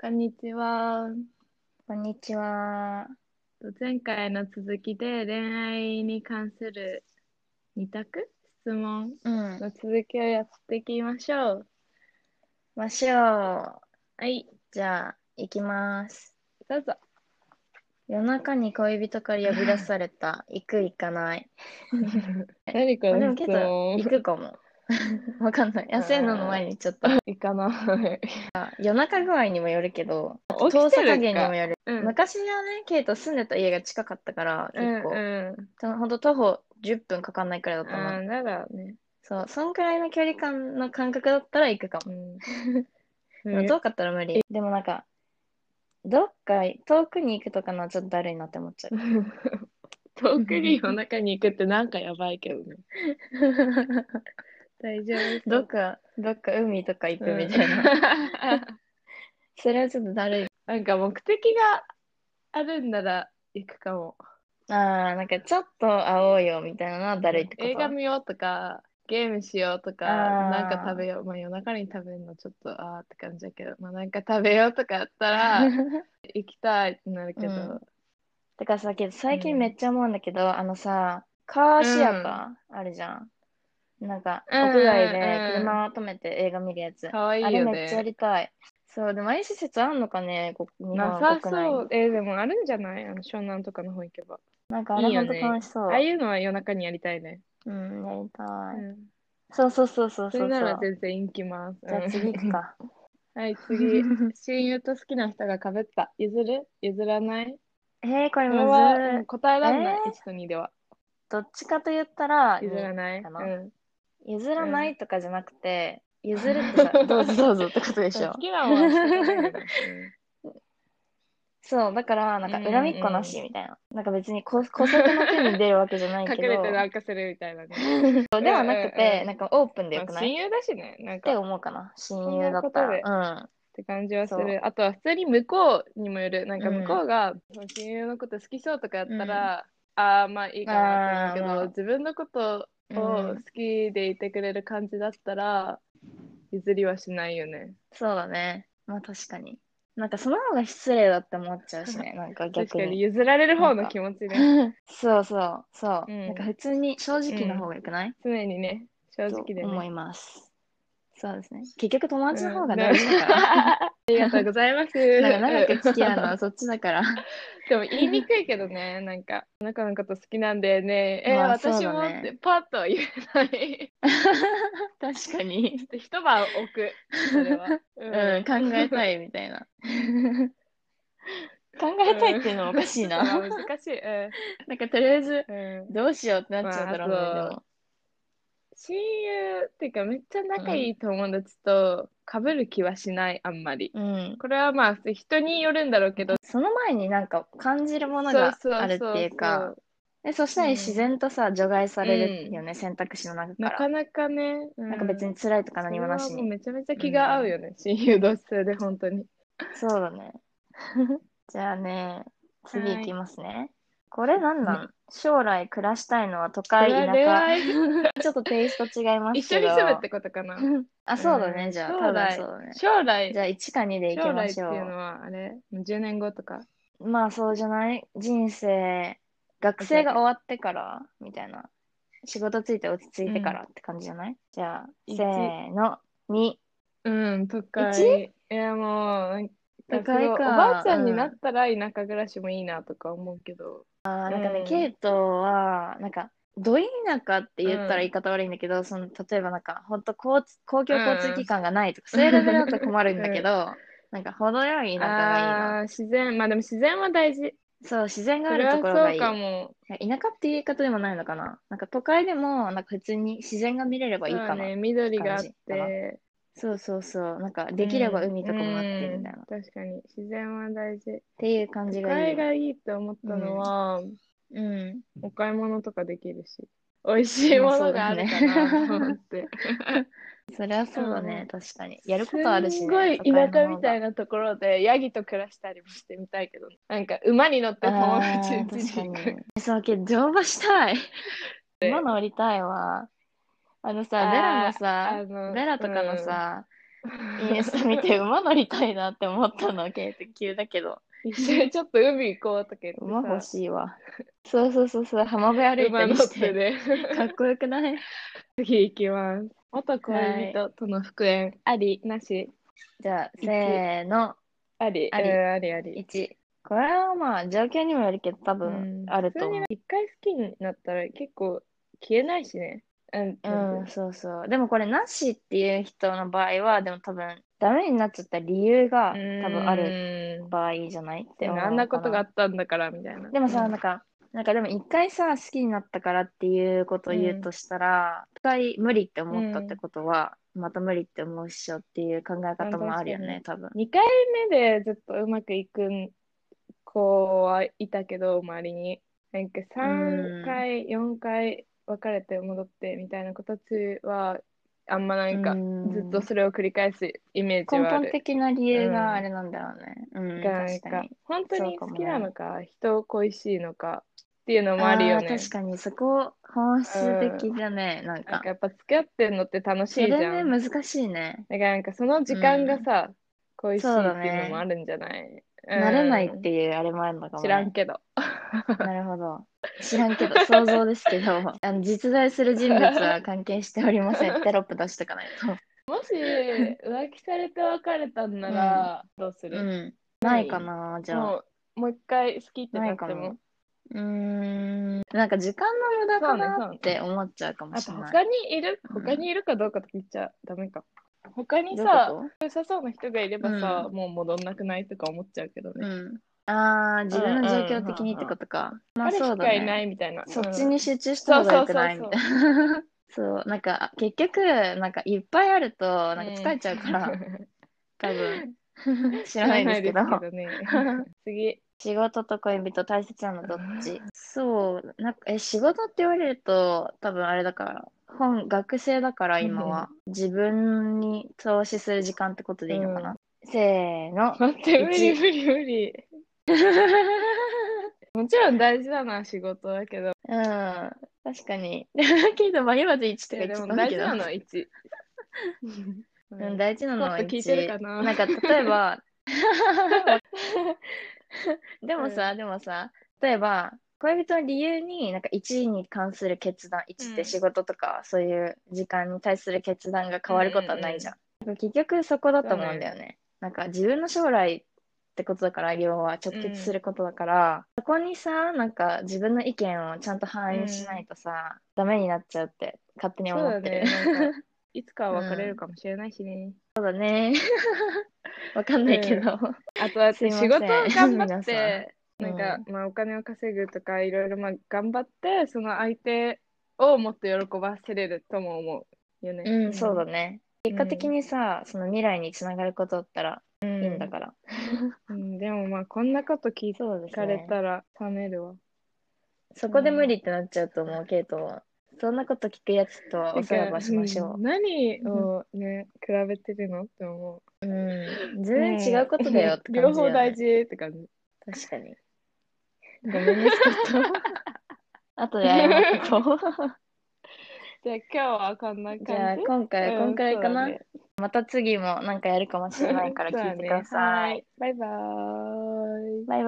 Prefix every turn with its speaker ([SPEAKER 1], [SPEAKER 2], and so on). [SPEAKER 1] こんにちは。
[SPEAKER 2] こんにちは。
[SPEAKER 1] 前回の続きで恋愛に関する二択質問
[SPEAKER 2] うん。
[SPEAKER 1] の続きをやっていきましょう。
[SPEAKER 2] ましょう。
[SPEAKER 1] はい、
[SPEAKER 2] じゃあ、行きます。
[SPEAKER 1] どうぞ。
[SPEAKER 2] 夜中に恋人から呼び出され た。行く、行かない。
[SPEAKER 1] 何こ
[SPEAKER 2] あで
[SPEAKER 1] の
[SPEAKER 2] も、
[SPEAKER 1] 質
[SPEAKER 2] けど、
[SPEAKER 1] 問
[SPEAKER 2] 行くかも。 わかんない。安いのの前に言っちゃった。
[SPEAKER 1] いか ない。
[SPEAKER 2] 夜中具合にもよるけど、
[SPEAKER 1] 起
[SPEAKER 2] 遠
[SPEAKER 1] き
[SPEAKER 2] さ
[SPEAKER 1] て
[SPEAKER 2] 加減
[SPEAKER 1] る
[SPEAKER 2] にも
[SPEAKER 1] か。
[SPEAKER 2] よる。
[SPEAKER 1] うん
[SPEAKER 2] 昔はね、ケイト住んでた家が近かったから、
[SPEAKER 1] うん
[SPEAKER 2] 結構。
[SPEAKER 1] うん。
[SPEAKER 2] たほんと徒歩10分かかんないくらいだった
[SPEAKER 1] ああ、な
[SPEAKER 2] な。
[SPEAKER 1] らね。
[SPEAKER 2] そう、そんくらいの距離感の感覚だったら行くか も。
[SPEAKER 1] う
[SPEAKER 2] でも
[SPEAKER 1] ん。
[SPEAKER 2] 遠かったら無理。でもなんか、どっか遠くに行くとかのはちょっとだるいなって思っちゃう。
[SPEAKER 1] 遠くに夜中に行くってなんかやばいけどね。 大丈夫
[SPEAKER 2] どっか、どっか海とか行くみたいな。
[SPEAKER 1] な。
[SPEAKER 2] それはちょっとだるい。
[SPEAKER 1] なんか目的があるんなら行くかも。
[SPEAKER 2] ああ、なんかちょっと会おうよみたいなのはだるいってこと
[SPEAKER 1] 映画見ようとか、ゲームしようとか、
[SPEAKER 2] あー
[SPEAKER 1] なんか食べよう。まあ夜中に食べるのちょっとあーって感じだけど、まあなんか食べようとかやった ら行きたいってなるけど、
[SPEAKER 2] うんだからさ、けど最近めっちゃ思うんだけど、あのさ、カーシアターあるじゃん。なんか、
[SPEAKER 1] うんうんうん
[SPEAKER 2] 屋外で車を止めて映画見るやつ。
[SPEAKER 1] かわいい
[SPEAKER 2] あれ
[SPEAKER 1] よ
[SPEAKER 2] めっちゃや
[SPEAKER 1] ね。
[SPEAKER 2] りたい。そう、でもああいう施設あんのかね、こ日
[SPEAKER 1] な
[SPEAKER 2] 本
[SPEAKER 1] さ
[SPEAKER 2] 国内に
[SPEAKER 1] そう。えーでもあるんじゃないあの湘南とかの方行けば。
[SPEAKER 2] なんかあ
[SPEAKER 1] い
[SPEAKER 2] れ
[SPEAKER 1] いよ
[SPEAKER 2] ほんと
[SPEAKER 1] ね
[SPEAKER 2] 楽しそう。
[SPEAKER 1] ああいうのは夜中にやりたいね。
[SPEAKER 2] うん、やりた
[SPEAKER 1] う
[SPEAKER 2] い。
[SPEAKER 1] ん、
[SPEAKER 2] そうそうそうそ
[SPEAKER 1] そ
[SPEAKER 2] うそ
[SPEAKER 1] れ
[SPEAKER 2] う。
[SPEAKER 1] なら
[SPEAKER 2] じ
[SPEAKER 1] 全然行きます。
[SPEAKER 2] ゃあ次行
[SPEAKER 1] う
[SPEAKER 2] く
[SPEAKER 1] ん
[SPEAKER 2] か。
[SPEAKER 1] はい、次。親友と好きな人が被った。譲る譲らない
[SPEAKER 2] えー、こ
[SPEAKER 1] これ
[SPEAKER 2] れむず
[SPEAKER 1] はもう
[SPEAKER 2] い。
[SPEAKER 1] 答えられない、
[SPEAKER 2] えー
[SPEAKER 1] 1と2では。
[SPEAKER 2] どっちかと言ったら、
[SPEAKER 1] 譲らない。
[SPEAKER 2] かな
[SPEAKER 1] うん、
[SPEAKER 2] 譲らないとかじゃなくて、譲るってさ、 どうぞどうぞってことでしょ
[SPEAKER 1] 好。きなものは仕方ないから
[SPEAKER 2] そう、だから、なんか
[SPEAKER 1] うんうん
[SPEAKER 2] 恨みっこなしみたいな。なんか別にこ姑息の手に出るわけじゃな
[SPEAKER 1] うん
[SPEAKER 2] い
[SPEAKER 1] 隠
[SPEAKER 2] け
[SPEAKER 1] れ
[SPEAKER 2] ど、
[SPEAKER 1] てなんかするみたいなね。
[SPEAKER 2] そうではなく
[SPEAKER 1] うんうん
[SPEAKER 2] て、
[SPEAKER 1] うん
[SPEAKER 2] なんかオープンでよく
[SPEAKER 1] まあ
[SPEAKER 2] ない
[SPEAKER 1] 親
[SPEAKER 2] っ
[SPEAKER 1] 友だしね、なんか
[SPEAKER 2] て
[SPEAKER 1] っ
[SPEAKER 2] 思うかな。親友だった
[SPEAKER 1] そんなこ
[SPEAKER 2] ら。
[SPEAKER 1] て感じはす
[SPEAKER 2] そう
[SPEAKER 1] る。あとは普通に向こうにもよる。なんか
[SPEAKER 2] うん
[SPEAKER 1] 向こうが、その親友のこと好きそうとかやったら、ああ、まあいいかなって思
[SPEAKER 2] あーまあ
[SPEAKER 1] うけど、自分のこと
[SPEAKER 2] うん。う
[SPEAKER 1] を好
[SPEAKER 2] ん、
[SPEAKER 1] きでいてくれる感じだったら、譲りはしないよね。
[SPEAKER 2] そうだね。まあ確かに。なんかその方が失礼だって思っちゃうしね。なんか
[SPEAKER 1] 確か
[SPEAKER 2] 逆に
[SPEAKER 1] に。譲られる方の気持ちね。
[SPEAKER 2] そうそうそう、
[SPEAKER 1] うん
[SPEAKER 2] なんか普通に正直の方が良くない、
[SPEAKER 1] 常に ね、正直で
[SPEAKER 2] と思
[SPEAKER 1] ね。
[SPEAKER 2] います。そうですね。結局友達の方が
[SPEAKER 1] うん
[SPEAKER 2] 大事だから。
[SPEAKER 1] ありがとうございます。
[SPEAKER 2] なんか長く付き合うの はそっちだから。
[SPEAKER 1] でも言いにくいけどね、なんか、あの子のこと好きなんだよね、え、
[SPEAKER 2] まあそう
[SPEAKER 1] 私
[SPEAKER 2] だ
[SPEAKER 1] も
[SPEAKER 2] ね
[SPEAKER 1] って、パッとは言えない。
[SPEAKER 2] 確かに。
[SPEAKER 1] で一晩置く、それは。う
[SPEAKER 2] うん、考えたいみたいな。 考えたいっていうのもおかしいな。
[SPEAKER 1] まあ難しい。う
[SPEAKER 2] なんかとりあえず、
[SPEAKER 1] ん。うん
[SPEAKER 2] どうしようってなっちゃうだろうね、
[SPEAKER 1] まあ
[SPEAKER 2] でも。
[SPEAKER 1] 親友っていうか、めっちゃ仲いい友達と被る気はしない、あんまり。
[SPEAKER 2] うん、
[SPEAKER 1] これはまあ、人によるんだろうけど、
[SPEAKER 2] その前になんか感じるもの
[SPEAKER 1] そう
[SPEAKER 2] があるっていうか、
[SPEAKER 1] そうそう
[SPEAKER 2] でそしたら自然とさ、除外されるよね、選択肢の中
[SPEAKER 1] な
[SPEAKER 2] か。
[SPEAKER 1] からなかね、う
[SPEAKER 2] なんか別に辛いとか何もなし
[SPEAKER 1] それ
[SPEAKER 2] に
[SPEAKER 1] はう。めちゃめちゃ気が合うよね、親友同士で、本当に。
[SPEAKER 2] そうだね。 じゃあね、次いきますね。これなんなん将来暮らしたいのは都会、
[SPEAKER 1] これ
[SPEAKER 2] 田
[SPEAKER 1] は恋
[SPEAKER 2] 舎。
[SPEAKER 1] 愛
[SPEAKER 2] ちょっとテイスト違いますけど。
[SPEAKER 1] 一緒に住むってことか な。
[SPEAKER 2] あ、そうだね。じゃあ、
[SPEAKER 1] うん
[SPEAKER 2] 多分そうだね。
[SPEAKER 1] 将来
[SPEAKER 2] じ、ゃあ、1か2でいき
[SPEAKER 1] 将
[SPEAKER 2] ま
[SPEAKER 1] 来って
[SPEAKER 2] し
[SPEAKER 1] いう
[SPEAKER 2] ょ
[SPEAKER 1] のは、あれ、10年後とか。
[SPEAKER 2] う。まあ、そうじゃない人生、学生が終わってから、みたいな。仕事ついて落ち着いてからって感じじゃない、じゃあ、せ
[SPEAKER 1] 一
[SPEAKER 2] ーの、2。
[SPEAKER 1] うん、都会
[SPEAKER 2] 一。
[SPEAKER 1] いや、もう、なん
[SPEAKER 2] 都
[SPEAKER 1] そ
[SPEAKER 2] 会か
[SPEAKER 1] のおばあちゃんになったら田舎暮らしもいいなとか思うけど。
[SPEAKER 2] あーなんかね、
[SPEAKER 1] うん
[SPEAKER 2] ケイトは、なんか、ど田舎って言ったら言い方悪いんだけど、その、例えばなんか、ほんと交通、公共交通機関がないとか、
[SPEAKER 1] うん
[SPEAKER 2] そういうレベルだと困るんだけど、なんか、程よい田舎がいい
[SPEAKER 1] あ
[SPEAKER 2] な。
[SPEAKER 1] あー、自然、まあでも自然は大事。
[SPEAKER 2] そう、自然が
[SPEAKER 1] そ
[SPEAKER 2] あ
[SPEAKER 1] れ
[SPEAKER 2] る
[SPEAKER 1] は
[SPEAKER 2] ところがい
[SPEAKER 1] そう
[SPEAKER 2] い。
[SPEAKER 1] かも。
[SPEAKER 2] いや田舎って言い方でもないのかな。なんか、都会でも、なんか、普通に自然が見れればいい
[SPEAKER 1] そう
[SPEAKER 2] かな。
[SPEAKER 1] ね、緑があっ
[SPEAKER 2] 感じか
[SPEAKER 1] て。
[SPEAKER 2] そうそうそう。なんか、できれば海とかもあって、みたいな。
[SPEAKER 1] うん
[SPEAKER 2] っ
[SPEAKER 1] 確かに、自然は大事。
[SPEAKER 2] ていう感じ
[SPEAKER 1] 都
[SPEAKER 2] がい
[SPEAKER 1] 会
[SPEAKER 2] いよ。
[SPEAKER 1] がいいって思ったのは、
[SPEAKER 2] うん。
[SPEAKER 1] お買い物とかできるし、美味しいものがあるかなと思 って。
[SPEAKER 2] そりゃそうだ
[SPEAKER 1] うんう
[SPEAKER 2] ね
[SPEAKER 1] ん、
[SPEAKER 2] 確かに。やることあるしね。
[SPEAKER 1] すんごい
[SPEAKER 2] 都会
[SPEAKER 1] 田
[SPEAKER 2] の
[SPEAKER 1] 舎
[SPEAKER 2] 方
[SPEAKER 1] み
[SPEAKER 2] が
[SPEAKER 1] たいなところでヤギと暮らしたりもしてみたいけど、なんか馬に乗って友達ん家に行く。
[SPEAKER 2] く。 そうけど、乗馬し たい。馬乗りたいわ。あのさ、
[SPEAKER 1] あー
[SPEAKER 2] ベラの
[SPEAKER 1] あ
[SPEAKER 2] さ、
[SPEAKER 1] の
[SPEAKER 2] ベラとかの、さ、インスタ見て馬乗りたいなって思ったの結構急だ けど
[SPEAKER 1] 一緒にちょっと海行こうとか言ってさ
[SPEAKER 2] 馬欲しいわそうそうそうそう浜辺歩いた
[SPEAKER 1] 馬乗
[SPEAKER 2] り
[SPEAKER 1] っ
[SPEAKER 2] して
[SPEAKER 1] てね
[SPEAKER 2] かっこよくない
[SPEAKER 1] 次行きます 元恋人との復縁ありなし
[SPEAKER 2] じゃあせーの
[SPEAKER 1] あり
[SPEAKER 2] あり
[SPEAKER 1] うんありあり
[SPEAKER 2] 1これはまあ状況にもよるけど多分あると思う、
[SPEAKER 1] 一回好きになったら結構消えないしねうん
[SPEAKER 2] うん、
[SPEAKER 1] うん
[SPEAKER 2] そうそう。でもこれなしっていう人の場合は、でも多分ダメになっちゃった理由が多分ある
[SPEAKER 1] る
[SPEAKER 2] 場合じゃないって思う
[SPEAKER 1] あんなことがあ
[SPEAKER 2] か
[SPEAKER 1] ったんだからみたいな
[SPEAKER 2] らでもさ、
[SPEAKER 1] うん
[SPEAKER 2] なんか、なんかでも一回さ、好きになったからっていうことを言うとしたら、一回無理って思ったってことは、また無理って思うっしょっていう考え方もあるよね、多分。
[SPEAKER 1] 2回目でずっとうまくいく子はいたけど周りになんか3回、4回別れて戻ってみたいな子たちはあんまなんか
[SPEAKER 2] うん
[SPEAKER 1] ずっとそれを繰り返すイメージ
[SPEAKER 2] 根
[SPEAKER 1] はあ
[SPEAKER 2] 本
[SPEAKER 1] る。
[SPEAKER 2] 的な理由があれなんだろうね。うん、
[SPEAKER 1] がなん
[SPEAKER 2] 確か
[SPEAKER 1] か
[SPEAKER 2] に。
[SPEAKER 1] 本当に
[SPEAKER 2] そうか
[SPEAKER 1] 好
[SPEAKER 2] も
[SPEAKER 1] き
[SPEAKER 2] ね
[SPEAKER 1] なのか人を恋しいのかっていうのもあるよね。
[SPEAKER 2] ー確かに、そこ本質的だね、なん
[SPEAKER 1] なん
[SPEAKER 2] か
[SPEAKER 1] か。やっぱ付き合ってんのって楽し
[SPEAKER 2] そ
[SPEAKER 1] いじ
[SPEAKER 2] れ
[SPEAKER 1] ゃん。
[SPEAKER 2] ね、難しいね。
[SPEAKER 1] だからなんかその時間がさ、恋しいっていうのもあるんじゃない、うん
[SPEAKER 2] 慣れないっていうあれもあるのかも、
[SPEAKER 1] 知
[SPEAKER 2] ね。
[SPEAKER 1] らんけど。
[SPEAKER 2] なるほど。知らんけど、想像ですけど、 あの実在する人物は関係しておりません。テロップ出しとかないと。
[SPEAKER 1] もし浮気されて別れたんならどうす
[SPEAKER 2] う
[SPEAKER 1] る、
[SPEAKER 2] ん。ないかな、じゃあ。
[SPEAKER 1] もうもう一回好きって
[SPEAKER 2] な
[SPEAKER 1] なっ
[SPEAKER 2] いか
[SPEAKER 1] て
[SPEAKER 2] も
[SPEAKER 1] も。。
[SPEAKER 2] うーん。なんか時間の無駄か
[SPEAKER 1] そうねそう
[SPEAKER 2] な
[SPEAKER 1] ね
[SPEAKER 2] って思っちゃうかも
[SPEAKER 1] あ
[SPEAKER 2] し
[SPEAKER 1] と
[SPEAKER 2] れない。
[SPEAKER 1] 他にいる
[SPEAKER 2] うん
[SPEAKER 1] 他にいるかどうかとか言っちゃダメか。他に
[SPEAKER 2] どう
[SPEAKER 1] さ、
[SPEAKER 2] いうこ
[SPEAKER 1] 良さそうな人がいればさ、
[SPEAKER 2] う
[SPEAKER 1] もう戻んなくないとか思っちゃうけど
[SPEAKER 2] と
[SPEAKER 1] ね。
[SPEAKER 2] うん。あー、自分の状況的にってことか。まあ
[SPEAKER 1] 彼し
[SPEAKER 2] そうだ
[SPEAKER 1] かいな
[SPEAKER 2] ね。
[SPEAKER 1] いみたいな。
[SPEAKER 2] そっちに集中し
[SPEAKER 1] そ
[SPEAKER 2] た
[SPEAKER 1] う
[SPEAKER 2] 方
[SPEAKER 1] そ
[SPEAKER 2] が
[SPEAKER 1] う
[SPEAKER 2] よ
[SPEAKER 1] そ
[SPEAKER 2] く
[SPEAKER 1] うそ
[SPEAKER 2] ないみたいな
[SPEAKER 1] う。。
[SPEAKER 2] そう、なんか結局、なんかいっぱいあると、なんか疲れちゃうから、多 分知らないんですけど。
[SPEAKER 1] ね、 次。
[SPEAKER 2] 仕事と恋人大切なのどっちそう、なんか、え、仕事って言われると、多分あれだから、本、学生だから今は、自分に投資する時間ってことでいいのかな。せーの。
[SPEAKER 1] 待って、無理
[SPEAKER 2] 一
[SPEAKER 1] 無理無理。 もちろん大事なのは仕事だけど、
[SPEAKER 2] うん、確かに。けど、迷わず1と
[SPEAKER 1] い
[SPEAKER 2] か
[SPEAKER 1] や
[SPEAKER 2] 言
[SPEAKER 1] で
[SPEAKER 2] っちゃっ
[SPEAKER 1] も
[SPEAKER 2] たんだ
[SPEAKER 1] 大
[SPEAKER 2] け
[SPEAKER 1] 事
[SPEAKER 2] ど
[SPEAKER 1] なのは1。
[SPEAKER 2] うん、大事なのは
[SPEAKER 1] もっと聞いてるか
[SPEAKER 2] 1。
[SPEAKER 1] な
[SPEAKER 2] なんか例 えば、でもさ、でもさ、例えば、恋人の理由に、なんか1に関する決断、1っ
[SPEAKER 1] うん
[SPEAKER 2] て仕事とか、そういう時間に対する決断が変わることはないじゃん。なんか結局そこだと思うんだよね。なんか自分の将来ってことだから、要は直結することだから、そこにさ、なんか自分の意見をちゃんと反映しないとさ、ダメになっちゃうって勝手に
[SPEAKER 1] そう
[SPEAKER 2] 思
[SPEAKER 1] だ
[SPEAKER 2] って
[SPEAKER 1] ね。。
[SPEAKER 2] る
[SPEAKER 1] なんかいつかは別れるかもしれないしね。
[SPEAKER 2] そうだね。わかんないけど。
[SPEAKER 1] あとだって
[SPEAKER 2] す
[SPEAKER 1] 仕
[SPEAKER 2] いま
[SPEAKER 1] 事を
[SPEAKER 2] せん
[SPEAKER 1] 頑張っ
[SPEAKER 2] 皆さ
[SPEAKER 1] て、
[SPEAKER 2] ん
[SPEAKER 1] なんか、まあ、お金を稼ぐとかいろいろまあ頑張って、その相手をもっと喜ばせれるとも思うよね。
[SPEAKER 2] うん、そうだね。結果的にさ、その未来につながることだったら
[SPEAKER 1] う
[SPEAKER 2] い
[SPEAKER 1] ん
[SPEAKER 2] いんだから。
[SPEAKER 1] うん、でもまあこんなこと聞い
[SPEAKER 2] そうです
[SPEAKER 1] かれ
[SPEAKER 2] ね。
[SPEAKER 1] たら冷めるわ。
[SPEAKER 2] そこで無理ってなっちゃうと思う、ケイトは。そんなこと聞くやつとはおさらばしましょ
[SPEAKER 1] うん何をね、比べてるのって思う。
[SPEAKER 2] う。うん。全然違うことだよって感じ、ね。
[SPEAKER 1] 両方大。事って感じ。
[SPEAKER 2] 確かに。ごめんね、スコット。あとで謝 っとこう。
[SPEAKER 1] じゃあ今日はこんな
[SPEAKER 2] じゃあ
[SPEAKER 1] 感じ。
[SPEAKER 2] 今回はこんくらいかな、
[SPEAKER 1] うんそうだね
[SPEAKER 2] また次もなんかやるかもしれないから聞いてくだ
[SPEAKER 1] そうだね
[SPEAKER 2] さ。
[SPEAKER 1] はいい。バイバーイ。
[SPEAKER 2] バイバイ。